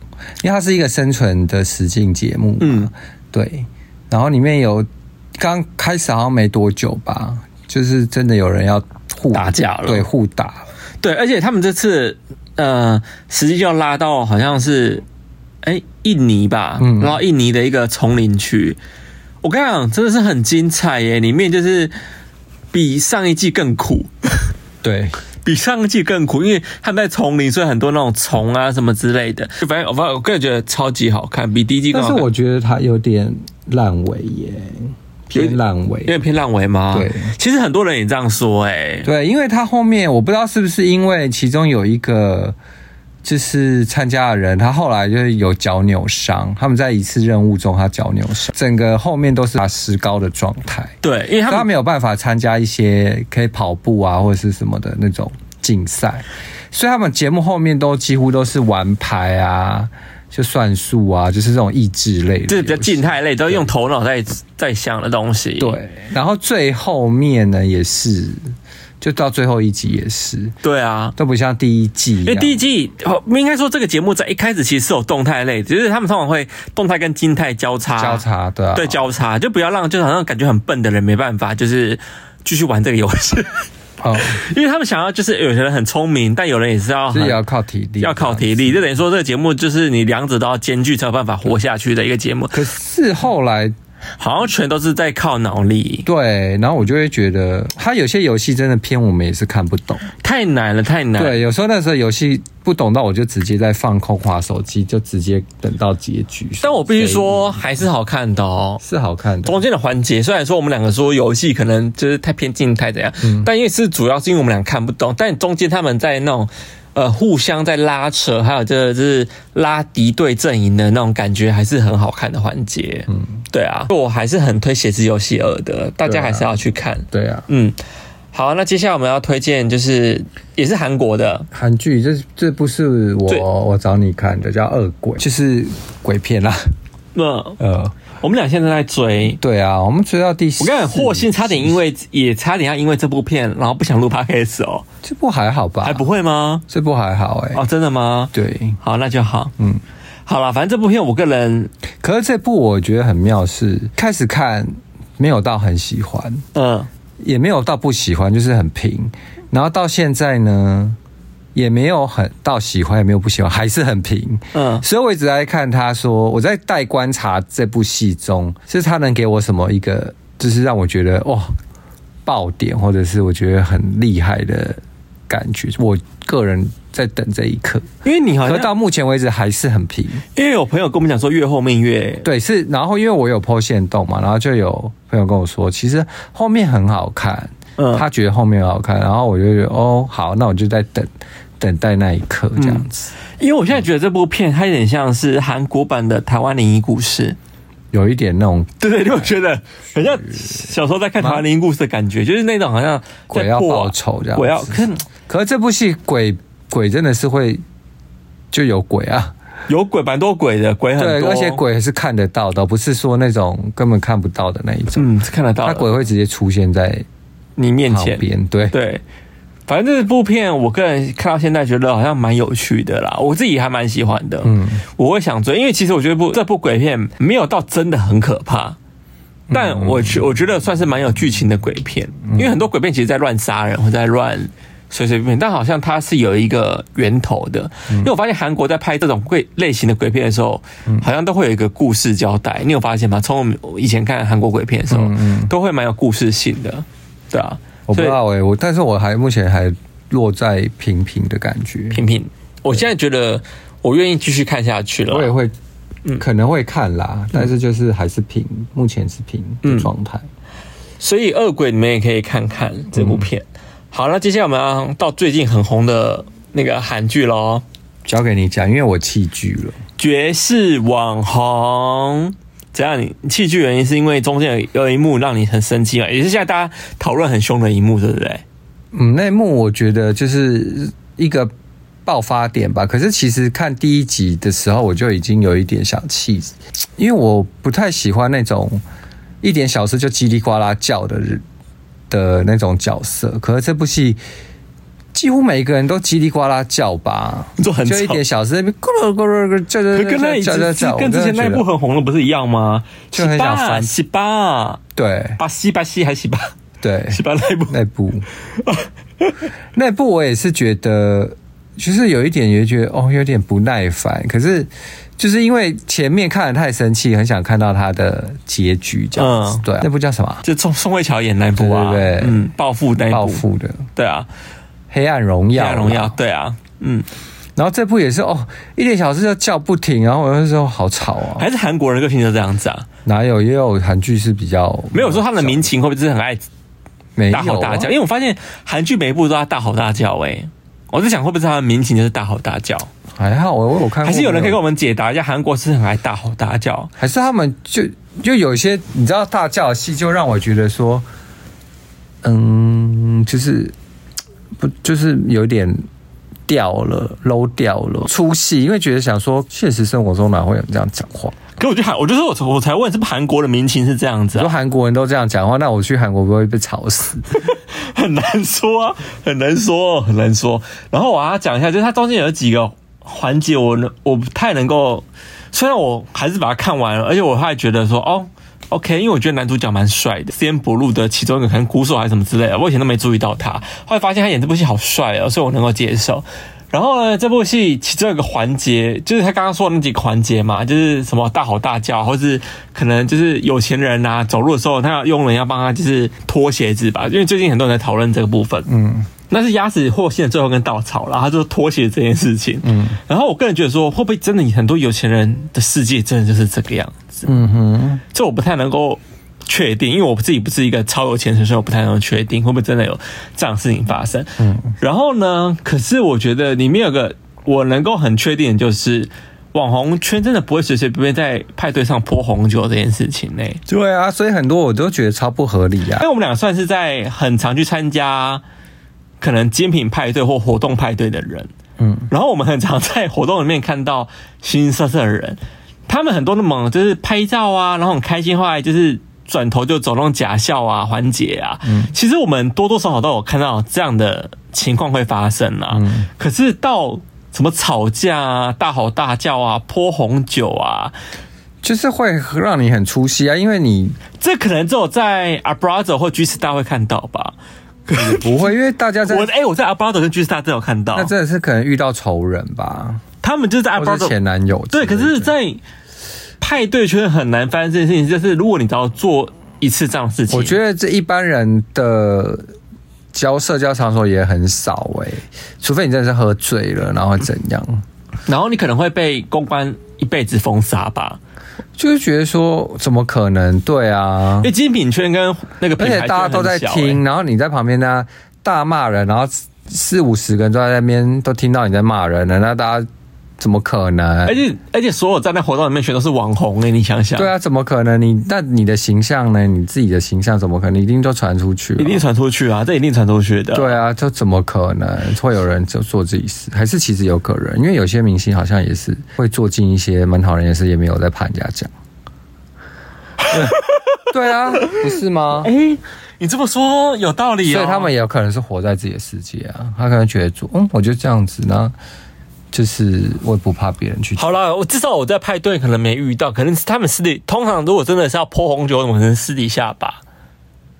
Speaker 3: 因为它是一个生存的实境节目嘛，
Speaker 1: 嗯
Speaker 3: 对。然后里面有刚开始好像没多久吧，就是真的有人要互
Speaker 1: 打架了
Speaker 3: 对，互打，
Speaker 1: 对，而且他们这次呃，实际就要拉到好像是哎、印尼吧，
Speaker 3: 嗯
Speaker 1: 然后印尼的一个丛林区，我跟你讲，真的是很精彩耶！里面就是比上一季更苦，
Speaker 3: 对，
Speaker 1: 比上一季更苦，因为他们在丛林，所以很多那种虫啊什么之类的。就反正我反正我个人觉得超级好看，比第一季更
Speaker 3: 但
Speaker 1: 好
Speaker 3: 是
Speaker 1: 看。
Speaker 3: 我觉得它有点烂尾耶，
Speaker 1: 有点
Speaker 3: 偏烂尾
Speaker 1: 有，点偏烂尾吗？
Speaker 3: 对
Speaker 1: 其实很多人也这样说、哎，
Speaker 3: 对，因为他后面我不知道是不是因为其中有一个就是参加的人，他后来就是有脚扭伤，他们在一次任务中他脚扭伤，整个后面都是打石膏的状态，
Speaker 1: 对，因为他
Speaker 3: 所以
Speaker 1: 们
Speaker 3: 他没有办法参加一些可以跑步啊或者是什么的那种竞赛，所以他们节目后面都几乎都是玩牌啊。就算术啊，就是这种益智类的游戏，
Speaker 1: 就是比较静态类，都用头脑在在想的东西。
Speaker 3: 对，然后最后面呢也是，就到最后一集也是，
Speaker 1: 对啊，
Speaker 3: 都不像第一季一
Speaker 1: 因为
Speaker 3: 样。
Speaker 1: 第一季，哦应该说这个节目在一开始其实是有动态类，只是他们通常会动态跟静态交叉，
Speaker 3: 交叉对啊，
Speaker 1: 对交叉，就不要让就好像感觉很笨的人没办法，就是继续玩这个游戏，
Speaker 3: 哦，
Speaker 1: 因为他们想要就是有些人很聪明，但有人也是要
Speaker 3: 这
Speaker 1: 很
Speaker 3: 也要靠体力，
Speaker 1: 要靠体力，就等于说这个节目就是你两者都要兼具才有办法活下去的一个节目，
Speaker 3: 可是后来
Speaker 1: 好像全都是在靠脑力，
Speaker 3: 对，然后我就会觉得，它有些游戏真的偏我们也是看不懂。
Speaker 1: 太难了，太难了。
Speaker 3: 对，有时候那时候游戏不懂到，我就直接在放空划手机，就直接等到结局。
Speaker 1: 但我必须说，还是好看的哦。
Speaker 3: 是好看的，
Speaker 1: 中间的环节，虽然说我们两个说游戏可能就是太偏静态怎样，但因为是主要是因为我们俩看不懂，但中间他们在那种呃互相在拉扯，还有这就是拉敌对阵营的那种感觉，还是很好看的环节。嗯，对啊，我还是很推《写字游戏二》的，大家还是要去看。
Speaker 3: 对啊，
Speaker 1: 嗯，好，那接下来我们要推荐就是也是韩国的，
Speaker 3: 韩剧这这不是
Speaker 1: 对
Speaker 3: 我我找你看的，叫《恶鬼》，就是鬼片
Speaker 1: 啊
Speaker 3: 啦。
Speaker 1: 那
Speaker 3: 呃，
Speaker 1: 嗯我们俩现在在追，
Speaker 3: 对啊，我们追到第
Speaker 1: 我
Speaker 3: 四，
Speaker 1: 跟你讲，霍信差点因为也差点要因为这部片，然后不想录 podcast 哦，
Speaker 3: 这部还好吧？
Speaker 1: 还不会吗？
Speaker 3: 这部还好哎、
Speaker 1: 哦，真的吗？
Speaker 3: 对，
Speaker 1: 好，那就好。嗯，好了，反正这部片我个人，
Speaker 3: 可是这部我觉得很妙是，开始看没有到很喜欢，
Speaker 1: 嗯，
Speaker 3: 也没有到不喜欢，就是很平。然后到现在呢，也没有很到喜欢，也没有不喜欢，还是很平。
Speaker 1: 嗯
Speaker 3: 所以我一直在看他说，我在待观察这部戏中，是他能给我什么一个，就是让我觉得哇、爆点，或者是我觉得很厉害的感觉。我个人在等这一刻，
Speaker 1: 因为你好
Speaker 3: 可是到
Speaker 1: 像，
Speaker 3: 目前为止还是很平。
Speaker 1: 因为有朋友跟我们讲说越后面越，
Speaker 3: 对，是，然后因为我有剖线洞嘛，然后就有朋友跟我说，其实后面很好看，
Speaker 1: 嗯
Speaker 3: 他觉得后面很好看，然后我就觉得哦，好，那我就在等等待那一刻这样子，
Speaker 1: 因为我现在觉得这部片它有点像是韩国版的台湾灵异故事，
Speaker 3: 有一点那种
Speaker 1: 对对，因为我觉得很像小时候在看台湾灵异故事的感觉，就是那种好像
Speaker 3: 鬼
Speaker 1: 在
Speaker 3: 要
Speaker 1: 破
Speaker 3: 报仇这样子。
Speaker 1: 鬼要，可是
Speaker 3: 可是这部戏鬼鬼真的是会就有鬼啊，
Speaker 1: 有鬼蛮多鬼的，鬼很
Speaker 3: 对，
Speaker 1: 多，
Speaker 3: 而且，鬼是看得到的，不是说那种根本看不到的那一种，
Speaker 1: 嗯，是看得到
Speaker 3: 他
Speaker 1: 的
Speaker 3: 鬼会直接出现在
Speaker 1: 你面
Speaker 3: 旁
Speaker 1: 前，
Speaker 3: 边，对。
Speaker 1: 对，反正这部片我个人看到现在觉得好像蛮有趣的啦，我自己还蛮喜欢的。嗯，我会想追，因为其实我觉得部这部鬼片没有到真的很可怕，
Speaker 3: 嗯
Speaker 1: 但我觉我觉得算是蛮有剧情的鬼片，因为很多鬼片其实在乱杀人或在乱。随随便便，但好像它是有一个源头的，
Speaker 3: 嗯
Speaker 1: 因为我发现韩国在拍这种鬼类型的鬼片的时候，好像都会有一个故事交代。你有发现吗？从我们我以前看韩国鬼片的时候，都会蛮有故事性的，对啊。
Speaker 3: 嗯我不
Speaker 1: 所以
Speaker 3: 知道哎、我但是我还目前还落在平平的感觉，
Speaker 1: 平平。我现在觉得我愿意继续看下去了。
Speaker 3: 我也会，可能会看啦，但是就是还是平，目前是平的状态。
Speaker 1: 所以《恶鬼》你们也可以看看这部片。好，那接下来我们要到最近很红的那个韩剧喽，
Speaker 3: 交给你讲，因为我弃剧了。
Speaker 1: 《绝世网红》。怎样？你弃剧原因是因为中间有有一幕让你很生气嘛，也是现在大家讨论很凶的一幕，对不对？
Speaker 3: 嗯，那一幕我觉得就是一个爆发点吧。可是其实看第一集的时候，我就已经有一点想气，因为我不太喜欢那种一点小事就叽里呱啦叫的人的那种角色。可是这部戏几乎每一个人都叽里呱啦叫吧，
Speaker 1: 就很
Speaker 3: 就一
Speaker 1: 吵
Speaker 3: 点小事，那边咕噜咕噜咕噜叫
Speaker 1: 可是
Speaker 3: 叫
Speaker 1: 跟那一
Speaker 3: 叫叫叫叫，
Speaker 1: 跟之前那一部
Speaker 3: 我真的觉得
Speaker 1: 很红的不是一样吗？
Speaker 3: 就很想
Speaker 1: 西巴
Speaker 3: 翻
Speaker 1: 西巴
Speaker 3: 对
Speaker 1: 巴西巴西还西巴
Speaker 3: 对
Speaker 1: 西巴那一 部，
Speaker 3: 那部那部我也是觉得，就是有一点也觉得哦，有点不耐烦，可是就是因为前面看的太生气，很想看到他的结局这样子，
Speaker 1: 嗯
Speaker 3: 对啊，那部叫什么啊？
Speaker 1: 就宋宋慧乔演那一部啊，
Speaker 3: 对对对
Speaker 1: 嗯，暴富那一
Speaker 3: 报
Speaker 1: 部，
Speaker 3: 复的《
Speaker 1: 对啊，
Speaker 3: 黑暗荣
Speaker 1: 黑
Speaker 3: 耀》
Speaker 1: 暗荣耀，对啊，嗯，
Speaker 3: 然后这部也是哦，一点小事就叫不停，然后我就说好吵啊，
Speaker 1: 还是韩国人个性就这样子啊，
Speaker 3: 哪有也有韩剧是比较
Speaker 1: 没有说他们的民情会不会真的很爱
Speaker 3: 没有
Speaker 1: 大吼大
Speaker 3: 啊
Speaker 1: 叫？因为我发现韩剧每一部都要大吼大叫、欸，我在想会不会是他们民情就是大吼大叫，
Speaker 3: 还好我我有看过，
Speaker 1: 还是有人可以跟我
Speaker 3: 们，
Speaker 1: 们解答一下，韩国是很爱大吼大叫，
Speaker 3: 还是他们就就有一些你知道大叫的戏，就让我觉得说，嗯，就是不就是有点掉了，low 掉了，出戏，因为觉得想说，现实生活中哪会有人这样讲话？
Speaker 1: 可我觉得韩，我就说我我才问是不是韩国的民情是这样子
Speaker 3: 你说
Speaker 1: 啊，
Speaker 3: 韩国人都这样讲话，那我去韩国不会被吵死？
Speaker 1: 很难说啊，很难说，很难说。然后我还要讲一下，就是它中间有几个环节我，能我不太能够，虽然我还是把它看完了，而且我还觉得说哦。OK，因为我觉得男主角蛮帅的，斯恩伯路的其中一个可能鼓手还是什么之类的，我以前都没注意到他，后来发现他演这部戏好帅哦，所以我能够接受。然后呢，这部戏其中有一个环节，就是他刚刚说的那几个环节嘛，就是什么大吼大叫，或是可能就是有钱人啊，走路的时候他佣人要帮他就是脱鞋子吧，因为最近很多人在讨论这个部分。
Speaker 3: 嗯，
Speaker 1: 那是压死霍县的最后一根稻草啦，他就是脱鞋这件事情。嗯，然后我个人觉得说，会不会真的很多有钱人的世界真的就是这个样子？
Speaker 3: 嗯哼，
Speaker 1: 这我不太能够确定，因为我自己不是一个超有钱人，所以我不太能够确定会不会真的有这样的事情发生。嗯，然后呢，可是我觉得里面有个我能够很确定的就是。网红圈真的不会随随便便在派对上泼红酒这件事情呢、
Speaker 3: 对啊，所以很多我都觉得超不合理 啊
Speaker 1: 因为。我们俩算是在很常去参加可能精品派对或活动派对的人，
Speaker 3: 嗯，
Speaker 1: 然后我们很常在活动里面看到形形色色的人，他们很多那么就是拍照啊，然后很开心，后来就是转头就走那种假笑啊环节啊，嗯，其实我们多多少少都有看到这样的情况会发生啊，
Speaker 3: 嗯
Speaker 1: 可是到什么吵架啊、大吼大叫啊、泼红酒啊，
Speaker 3: 就是会让你很出戏啊，因为你
Speaker 1: 这可能只有在 Abrazo 或 G Star 会看到吧。
Speaker 3: 也不会，因为大家在
Speaker 1: 我哎、我在 Abrazo 跟 G Star 都有看到
Speaker 3: 那，真的是可能遇到仇人吧，
Speaker 1: 他们就是在
Speaker 3: 或是
Speaker 1: Abrazo
Speaker 3: 前男友之
Speaker 1: 对，
Speaker 3: 类的。
Speaker 1: 可是，在派对圈很难发生这件事情，就是如果你只要做一次这样的事情，
Speaker 3: 我觉
Speaker 1: 得
Speaker 3: 得这一般人的交社交场所也很少哎、除非你真的是喝醉了，然后会怎
Speaker 1: 嗯
Speaker 3: 样，
Speaker 1: 然后你可能会被公关一辈子封杀吧，
Speaker 3: 就是觉得说怎么可能？对啊
Speaker 1: 因为，哎精品圈跟那个品
Speaker 3: 而
Speaker 1: 牌
Speaker 3: 且
Speaker 1: 圈
Speaker 3: 大家都在
Speaker 1: 很小
Speaker 3: 听，
Speaker 1: 欸
Speaker 3: 然后你在旁边呢大骂人，然后四五十个人都在那边都听到你在骂人了，那大家怎么可能？
Speaker 1: 而且而且所有站在活动里面全都是网红哎、你想想，
Speaker 3: 对，啊，怎么可能你？那你的形象呢？你自己的形象怎么可能？你一定都传出去了
Speaker 1: 一定传出去啊，这一定传出去的，
Speaker 3: 对啊，这怎么可能会有人就做自己事？还是其实有可能，因为有些明星好像也是会做尽一些蛮讨人厌的事，也没有在怕人家 讲。对对啊，不是吗？
Speaker 1: 哎、你这么说有道理、哦，
Speaker 3: 所以他们也有可能是活在自己的世界啊。他可能觉得说，嗯，我就这样子呢，就是我也不怕别人去讲。
Speaker 1: 好啦，我至少我在派对可能没遇到，可能是他们私底通常如果真的是要泼红酒，怎么可能私底下吧？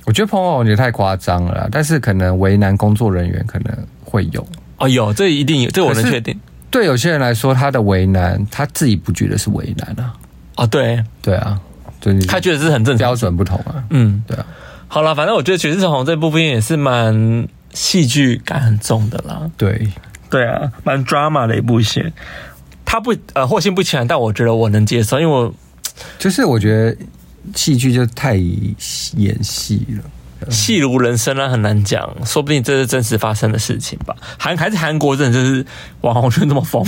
Speaker 3: 我觉得彭浩也太夸张了啦，但是可能为难工作人员可能会有。
Speaker 1: 哦，有这一定有，这我能
Speaker 3: 可是
Speaker 1: 确定。
Speaker 3: 对有些人来说，他的为难，他自己不觉得是为难啊。
Speaker 1: 哦，对
Speaker 3: 对啊，对，
Speaker 1: 他觉得是很正常
Speaker 3: 标。准不同啊。
Speaker 1: 嗯，
Speaker 3: 对啊，
Speaker 1: 好啦，反正我觉得《全是红》这部分也是蛮戏剧感很重的啦。
Speaker 3: 对，
Speaker 1: 对啊，蛮 drama 的一部戏。他不呃或信不起来，但我觉得我能接受，因为我
Speaker 3: 就是我觉得戏剧就太演戏了。
Speaker 1: 戏如人生啊，很难讲，说不定这是真实发生的事情吧。韩还是韩国真的就是网红圈这么疯，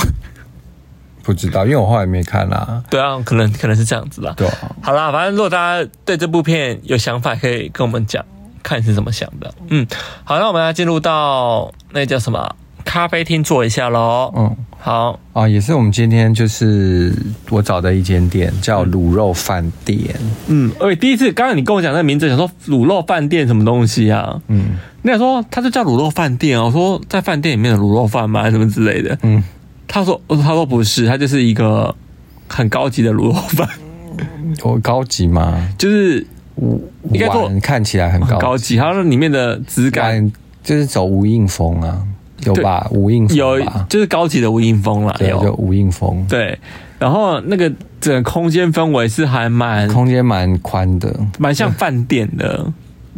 Speaker 3: 不知道，因为我后来没看啦、
Speaker 1: 对啊，可能可能是这样子啦。
Speaker 3: 对啊，
Speaker 1: 好啦，反正如果大家对这部片有想法，可以跟我们讲，看你是怎么想的。嗯嗯，好，那我们要进入到那叫什么咖啡厅坐一下喽。
Speaker 3: 嗯，
Speaker 1: 好，
Speaker 3: 啊、也是我们今天就是我找的一间店，叫卤肉饭店。
Speaker 1: 嗯，而且第一次，刚刚你跟我讲那名字，想说卤肉饭店什么东西啊？
Speaker 3: 嗯
Speaker 1: 那想说他就叫卤肉饭店啊，我说在饭店里面的卤肉饭吗？还是什么之类的？
Speaker 3: 嗯，
Speaker 1: 他说他说不是，他就是一个很高级的卤肉饭，
Speaker 3: 我哦高级吗？
Speaker 1: 就是应该说
Speaker 3: 嗯碗看起来很
Speaker 1: 很
Speaker 3: 高
Speaker 1: 高级，它那里面的质感
Speaker 3: 碗就是走无印风啊，有吧？无印风
Speaker 1: 有
Speaker 3: 吧
Speaker 1: 就是高级的无印风啦，
Speaker 3: 对，就
Speaker 1: 有
Speaker 3: 无印风，
Speaker 1: 对，然后那个整个空间氛围是还蛮
Speaker 3: 空间蛮宽的，
Speaker 1: 蛮像饭店的，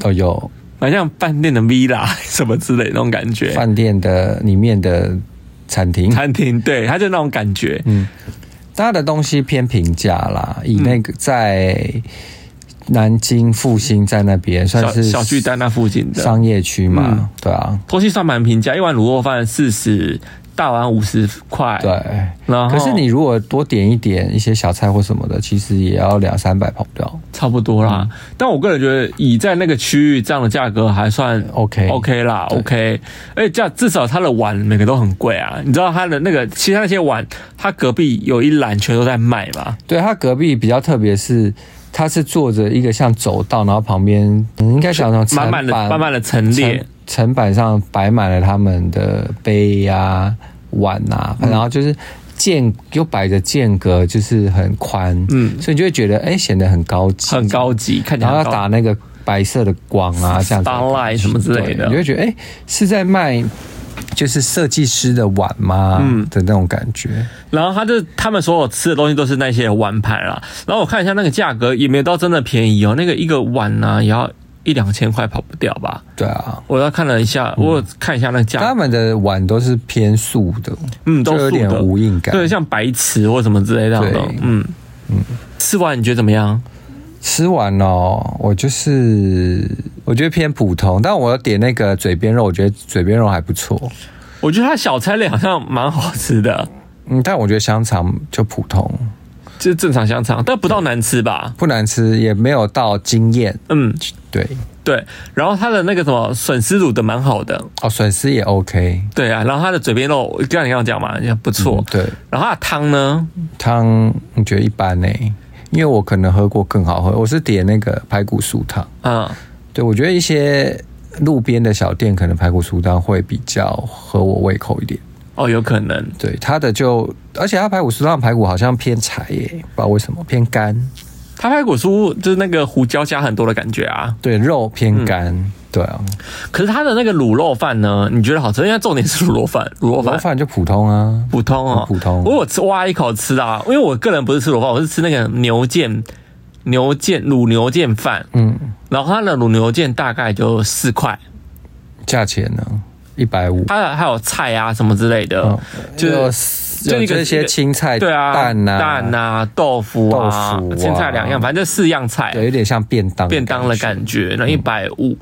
Speaker 3: 哦，有
Speaker 1: 蛮像饭店的 villa 什么之类的那种感觉，
Speaker 3: 饭店的里面的餐厅，
Speaker 1: 餐厅对，它就那种感觉，
Speaker 3: 嗯它的东西偏平价啦，以
Speaker 1: 嗯
Speaker 3: 那个在南京复兴在那边算
Speaker 1: 小
Speaker 3: 是
Speaker 1: 小巨蛋那附近的
Speaker 3: 商业区
Speaker 1: 嗯
Speaker 3: 嘛，对啊，
Speaker 1: 东西算蛮平价，一碗卤肉饭四十，大碗五十块，
Speaker 3: 对，。
Speaker 1: 然后
Speaker 3: 可是你如果多点一点一些小菜或什么的，其实也要两三百跑不掉。
Speaker 1: 差不多啦。
Speaker 3: 嗯
Speaker 1: 但我个人觉得，以在那个区域这样的价格还算
Speaker 3: OK
Speaker 1: OK 啦，OK。而且这样至少它的碗每个都很贵啊，你知道它的那个其他那些碗，它隔壁有一栏全都在卖嘛。
Speaker 3: 对，它隔壁比较特别是，它是坐着一个像走道，然后旁边你应该想那种层
Speaker 1: 满
Speaker 3: 板
Speaker 1: 满的满满的陈列
Speaker 3: 层，层板上摆满了他们的杯呀、碗啊，
Speaker 1: 嗯
Speaker 3: 然后就是间又摆着间隔，就是很宽，
Speaker 1: 嗯
Speaker 3: 所以你就会觉得哎显得很高级，
Speaker 1: 很，高级，看起
Speaker 3: 然
Speaker 1: 来
Speaker 3: 后
Speaker 1: 很
Speaker 3: 要
Speaker 1: 高
Speaker 3: 打那个白色的光啊，这样子
Speaker 1: Starlight 什么之类的
Speaker 3: 对你就会觉得哎是在卖就是设计师的碗吗？
Speaker 1: 嗯
Speaker 3: 的那种感觉，
Speaker 1: 然后他就他们所有吃的东西都是那些碗盘啦。然后我看一下那个价格，也没有到真的便宜哦，那个一个碗呢、也要一两千块跑不掉吧。
Speaker 3: 对啊。
Speaker 1: 我要看了一下，我有看一下那个价格
Speaker 3: 他，们的碗都是偏素的，
Speaker 1: 嗯，都
Speaker 3: 就有
Speaker 1: 素的
Speaker 3: 点无印感。
Speaker 1: 对，像白瓷或什么之类的那种
Speaker 3: 对，
Speaker 1: 嗯吃完你觉得怎么样？
Speaker 3: 吃完哦，我就是我觉得偏普通，但我点那个嘴边肉，我觉得嘴边肉还不错。
Speaker 1: 我觉得它小菜类好像蛮好吃的，
Speaker 3: 嗯，但我觉得香肠就普通，
Speaker 1: 就是正常香肠，但不到难吃吧？
Speaker 3: 不难吃，也没有到惊艳。
Speaker 1: 嗯，
Speaker 3: 对，
Speaker 1: 对。然后它的那个什么笋丝卤的蛮好的，
Speaker 3: 哦，笋丝也 OK。
Speaker 1: 对啊。然后它的嘴边肉，就像你刚刚讲嘛，也不错
Speaker 3: 嗯。对，
Speaker 1: 然后它的汤呢，
Speaker 3: 汤我觉得一般呢、因为我可能喝过更好喝，我是点那个排骨酥汤。
Speaker 1: 嗯，
Speaker 3: 对，我觉得一些路边的小店可能排骨酥汤会比较合我胃口一点。
Speaker 1: 哦，有可能。
Speaker 3: 对，它的就，而且它排骨酥汤的排骨好像偏柴耶、不知道为什么偏干。
Speaker 1: 它排骨酥就是那个胡椒加很多的感觉啊。
Speaker 3: 对，肉偏干，对啊，
Speaker 1: 可是它的那个卤肉饭呢，你觉得好吃？因为重点是卤肉饭，卤肉
Speaker 3: 卤肉
Speaker 1: 饭。
Speaker 3: 饭就普通啊，
Speaker 1: 普通哦，
Speaker 3: 普通
Speaker 1: 我有吃挖一口吃的、啊，因为我个人不是吃卤饭，我是吃那个牛腱牛腱卤牛腱饭，
Speaker 3: 嗯，
Speaker 1: 然后它的卤牛腱大概就四块，
Speaker 3: 价钱呢一百五，
Speaker 1: 它的还有菜啊什么之类的，
Speaker 3: 嗯，
Speaker 1: 就是就
Speaker 3: 有
Speaker 1: 一个
Speaker 3: 这些青菜，
Speaker 1: 对啊
Speaker 3: 蛋啊，
Speaker 1: 蛋，啊豆腐啊
Speaker 3: 豆腐啊
Speaker 1: 青菜两样，反正就四样菜
Speaker 3: 对，有点像便当，
Speaker 1: 便当的
Speaker 3: 感
Speaker 1: 感觉，那一百五。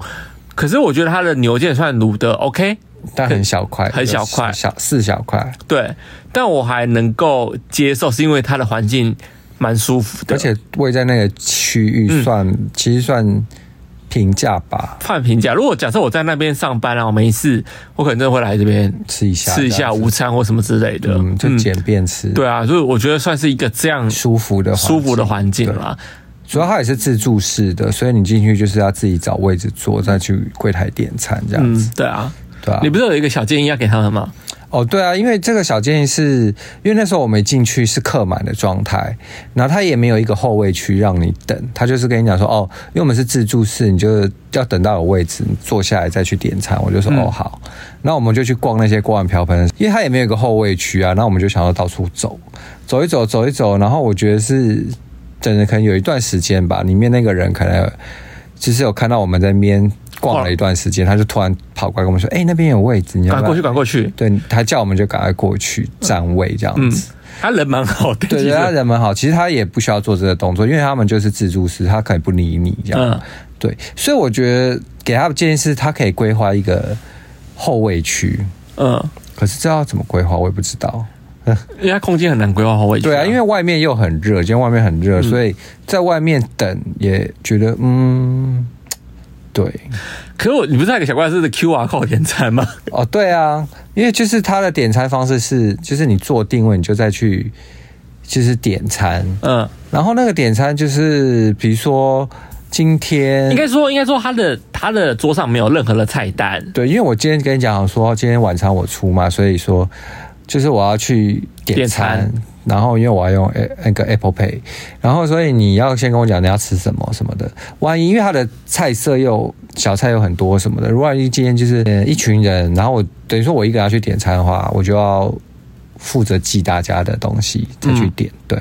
Speaker 1: 可是我觉得它的牛腱算卤的 OK，
Speaker 3: 觉，但很小块，
Speaker 1: 很小块
Speaker 3: 有四小四小块，
Speaker 1: 对，但我还能够接受，是因为它的环境蛮舒服的，
Speaker 3: 而且位在那个区域算、
Speaker 1: 嗯
Speaker 3: 其实算平价吧，
Speaker 1: 看评价。如果假设我在那边上班啊，我没事，我可能真的会来这边
Speaker 3: 吃一下，
Speaker 1: 吃一
Speaker 3: 这
Speaker 1: 下
Speaker 3: 样子
Speaker 1: 午餐或什么之类的。
Speaker 3: 嗯，就简便吃，
Speaker 1: 对啊，所以我觉得算是一个这样
Speaker 3: 舒服的环
Speaker 1: 舒服的
Speaker 3: 境
Speaker 1: 环境啦。
Speaker 3: 主要它也是自助式的，所以你进去就是要自己找位置坐，再去柜台点餐这样
Speaker 1: 嗯，
Speaker 3: 子，
Speaker 1: 对啊。
Speaker 3: 对啊
Speaker 1: 你。不是有一个小建议要给他们吗？
Speaker 3: 哦，对啊，因为这个小建议是因为那时候我没进去是客满的状态，然后他也没有一个后位区让你等，他就是跟你讲说哦，因为我们是自助式，你就要等到有位置，你坐下来再去点餐。我就
Speaker 1: 嗯
Speaker 3: 说、哦好，那我们就去逛那些锅碗瓢盆，因为他也没有一个后位区啊，那我们就想要到处走，走一走，走一走，然后我觉得是等了可能有一段时间吧，里面那个人可能其实有看到我们在那边逛了一段时间，他就突然跑过来跟我们说，哎、那边有位置，你要
Speaker 1: 赶过
Speaker 3: 不要
Speaker 1: 去，赶过去。
Speaker 3: 对他叫我们就赶快过去占位这样子。
Speaker 1: 他啊人蛮好的，
Speaker 3: 对
Speaker 1: 其
Speaker 3: 对，
Speaker 1: 实
Speaker 3: 他人蛮好，其实他也不需要做这个动作，因为他们就是自助式，他可以不理你这样。
Speaker 1: 嗯
Speaker 3: 对，所以我觉得给他的建议是，他可以规划一个后卫区，
Speaker 1: 嗯，
Speaker 3: 可是这要怎么规划，我也不知道。
Speaker 1: 因为他空间很难规划好位置。
Speaker 3: 对啊，因为外面又很热，今天外面很热，所以在外面等也觉得嗯，对，
Speaker 1: 可是我你不是那个小怪是 QR code 点餐 吗？
Speaker 3: 哦，对啊，因为就是它的点餐方式是，就是你做定位，你就再去就是点餐，
Speaker 1: 嗯，
Speaker 3: 然后那个点餐就是比如说今天
Speaker 1: 应该说应该说他的他的桌上没有任何的菜单，
Speaker 3: 对，因为我今天跟你讲说今天晚餐我出嘛，所以说就是我要去
Speaker 1: 点
Speaker 3: 点餐，
Speaker 1: 餐
Speaker 3: 然后因为我要用 A 那个 Apple Pay，然后所以你要先跟我讲你要吃什么什么的，万一因为它的菜色又小菜有很多什么的，如果一今天就是呃一群人，然后我等于说我一个人要去点餐的话，我就要负责记大家的东西再去点，对。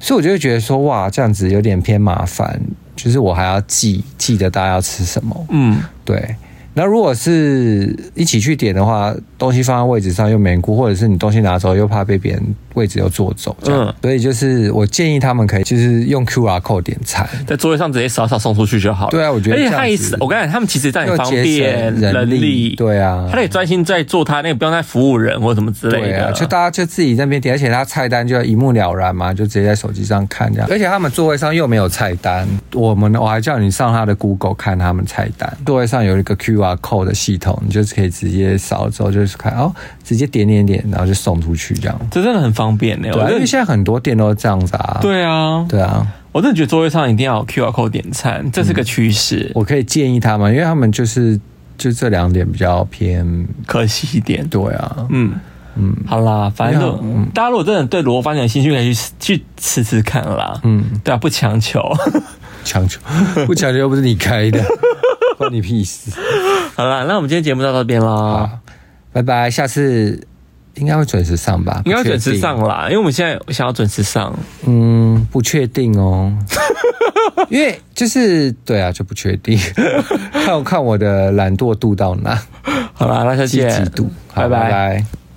Speaker 3: 所以我就会觉得说，哇，这样子有点偏麻烦，就是我还要记记得大家要吃什么，
Speaker 1: 嗯，
Speaker 3: 对，那如果是一起去点的话，东西放在位置上又没人顾，或者是你东西拿走又怕被别人位置又坐走，这样。
Speaker 1: 嗯
Speaker 3: 所以就是我建议他们可以就是用 QR code 点餐，
Speaker 1: 在桌位上直接扫扫送出去就好了。
Speaker 3: 对啊我觉得
Speaker 1: 而且
Speaker 3: 这
Speaker 1: 他
Speaker 3: 样
Speaker 1: 也
Speaker 3: 子
Speaker 1: 是，我刚才他们其实这样也
Speaker 3: 又
Speaker 1: 哎方
Speaker 3: 节
Speaker 1: 便
Speaker 3: 省人
Speaker 1: 力，
Speaker 3: 力，对啊
Speaker 1: 他。得专心在做他那个，不用再服务人或什么之类
Speaker 3: 对
Speaker 1: 的。
Speaker 3: 啊，就大家就自己那边点，而且他菜单就要一目了然嘛，就直接在手机上看这样。而且他们座位上又没有菜单，我们我还叫你上他的 Google 看他们菜单。座位上有一个 QR code 的系统，你就是可以直接扫之后就是看哦，直接点点点，然后就送出去这样。
Speaker 1: 这真的很方便呢、
Speaker 3: 对
Speaker 1: 哎我
Speaker 3: 啊，因
Speaker 1: 真
Speaker 3: 为
Speaker 1: 的
Speaker 3: 现在很多店都是这样子啊。
Speaker 1: 对啊，
Speaker 3: 对啊，
Speaker 1: 我真的觉得座位上一定要有 QR code 点餐，这是个趋势，
Speaker 3: 我可以建议他们，因为他们就是就这两点比较偏。
Speaker 1: 可惜一点。
Speaker 3: 对啊，
Speaker 1: 嗯嗯，好啦，反正就、大家如果真的对罗番有兴趣，可以去去吃吃看啦。嗯，对啊，不强求。
Speaker 3: 强求不强求又不是你开的， 关你屁事。
Speaker 1: 好啦，那我们今天节目到这边啦，
Speaker 3: 好，拜拜，下次应该会准时上吧？
Speaker 1: 应该会
Speaker 3: 不确
Speaker 1: 准
Speaker 3: 定
Speaker 1: 时上，啦，因为我们现在想要准时上。
Speaker 3: 嗯，不确定哦， 因为就是对啊，就不确定， 看看我的懒惰度到哪，
Speaker 1: 好啦，那下次
Speaker 3: 积极
Speaker 1: 见，
Speaker 3: 度，好
Speaker 1: 拜拜
Speaker 3: 拜